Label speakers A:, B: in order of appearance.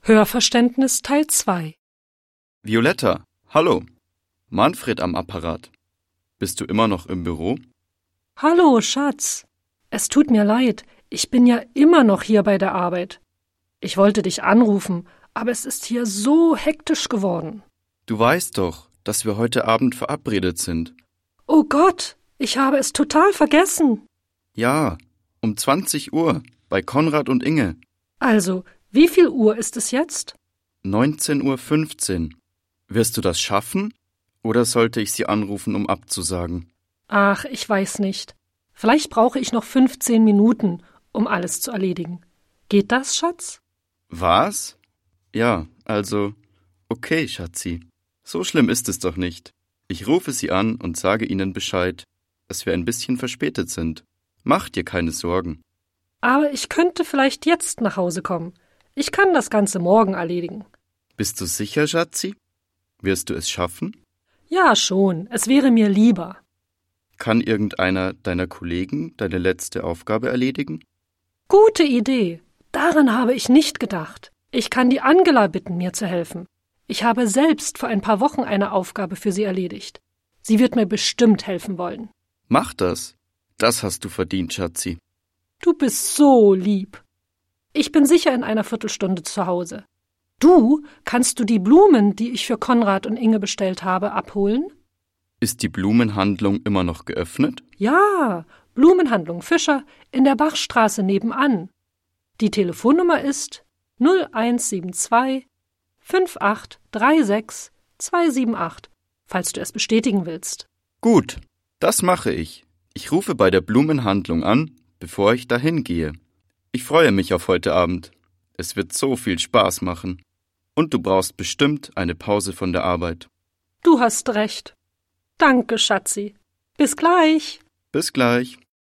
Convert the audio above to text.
A: Hörverständnis Teil 2
B: Violetta, hallo. Manfred am Apparat. Bist du immer noch im Büro?
A: Hallo, Schatz. Es tut mir leid, ich bin ja immer noch hier bei der Arbeit. Ich wollte dich anrufen, aber es ist hier so hektisch geworden.
B: Du weißt doch, dass wir heute Abend verabredet sind.
A: Oh Gott, ich habe es total vergessen.
B: Ja, um 20 Uhr bei Konrad und Inge.
A: Also, wie viel Uhr ist es jetzt?
B: 19.15 Uhr. Wirst du das schaffen? Oder sollte ich sie anrufen, um abzusagen?
A: Ach, ich weiß nicht. Vielleicht brauche ich noch 15 Minuten, um alles zu erledigen. Geht das, Schatz?
B: Was? Ja, also. Okay, Schatzi. So schlimm ist es doch nicht. Ich rufe sie an und sage ihnen Bescheid, dass wir ein bisschen verspätet sind. Mach dir keine Sorgen.
A: Aber ich könnte vielleicht jetzt nach Hause kommen. Ich kann das Ganze morgen erledigen.
B: Bist du sicher, Schatzi? Wirst du es schaffen?
A: Ja, schon. Es wäre mir lieber.
B: Kann irgendeiner deiner Kollegen deine letzte Aufgabe erledigen?
A: Gute Idee. Daran habe ich nicht gedacht. Ich kann die Angela bitten, mir zu helfen. Ich habe selbst vor ein paar Wochen eine Aufgabe für sie erledigt. Sie wird mir bestimmt helfen wollen.
B: Mach das. Das hast du verdient, Schatzi.
A: Du bist so lieb. Ich bin sicher in einer Viertelstunde zu Hause. Du kannst du die Blumen, die ich für Konrad und Inge bestellt habe, abholen?
B: Ist die Blumenhandlung immer noch geöffnet?
A: Ja, Blumenhandlung Fischer in der Bachstraße nebenan. Die Telefonnummer ist 0172 5836 278, falls du es bestätigen willst.
B: Gut, das mache ich. Ich rufe bei der Blumenhandlung an, bevor ich dahin gehe. Ich freue mich auf heute Abend. Es wird so viel Spaß machen. Und du brauchst bestimmt eine Pause von der Arbeit.
A: Du hast recht. Danke, Schatzi. Bis gleich.
B: Bis gleich.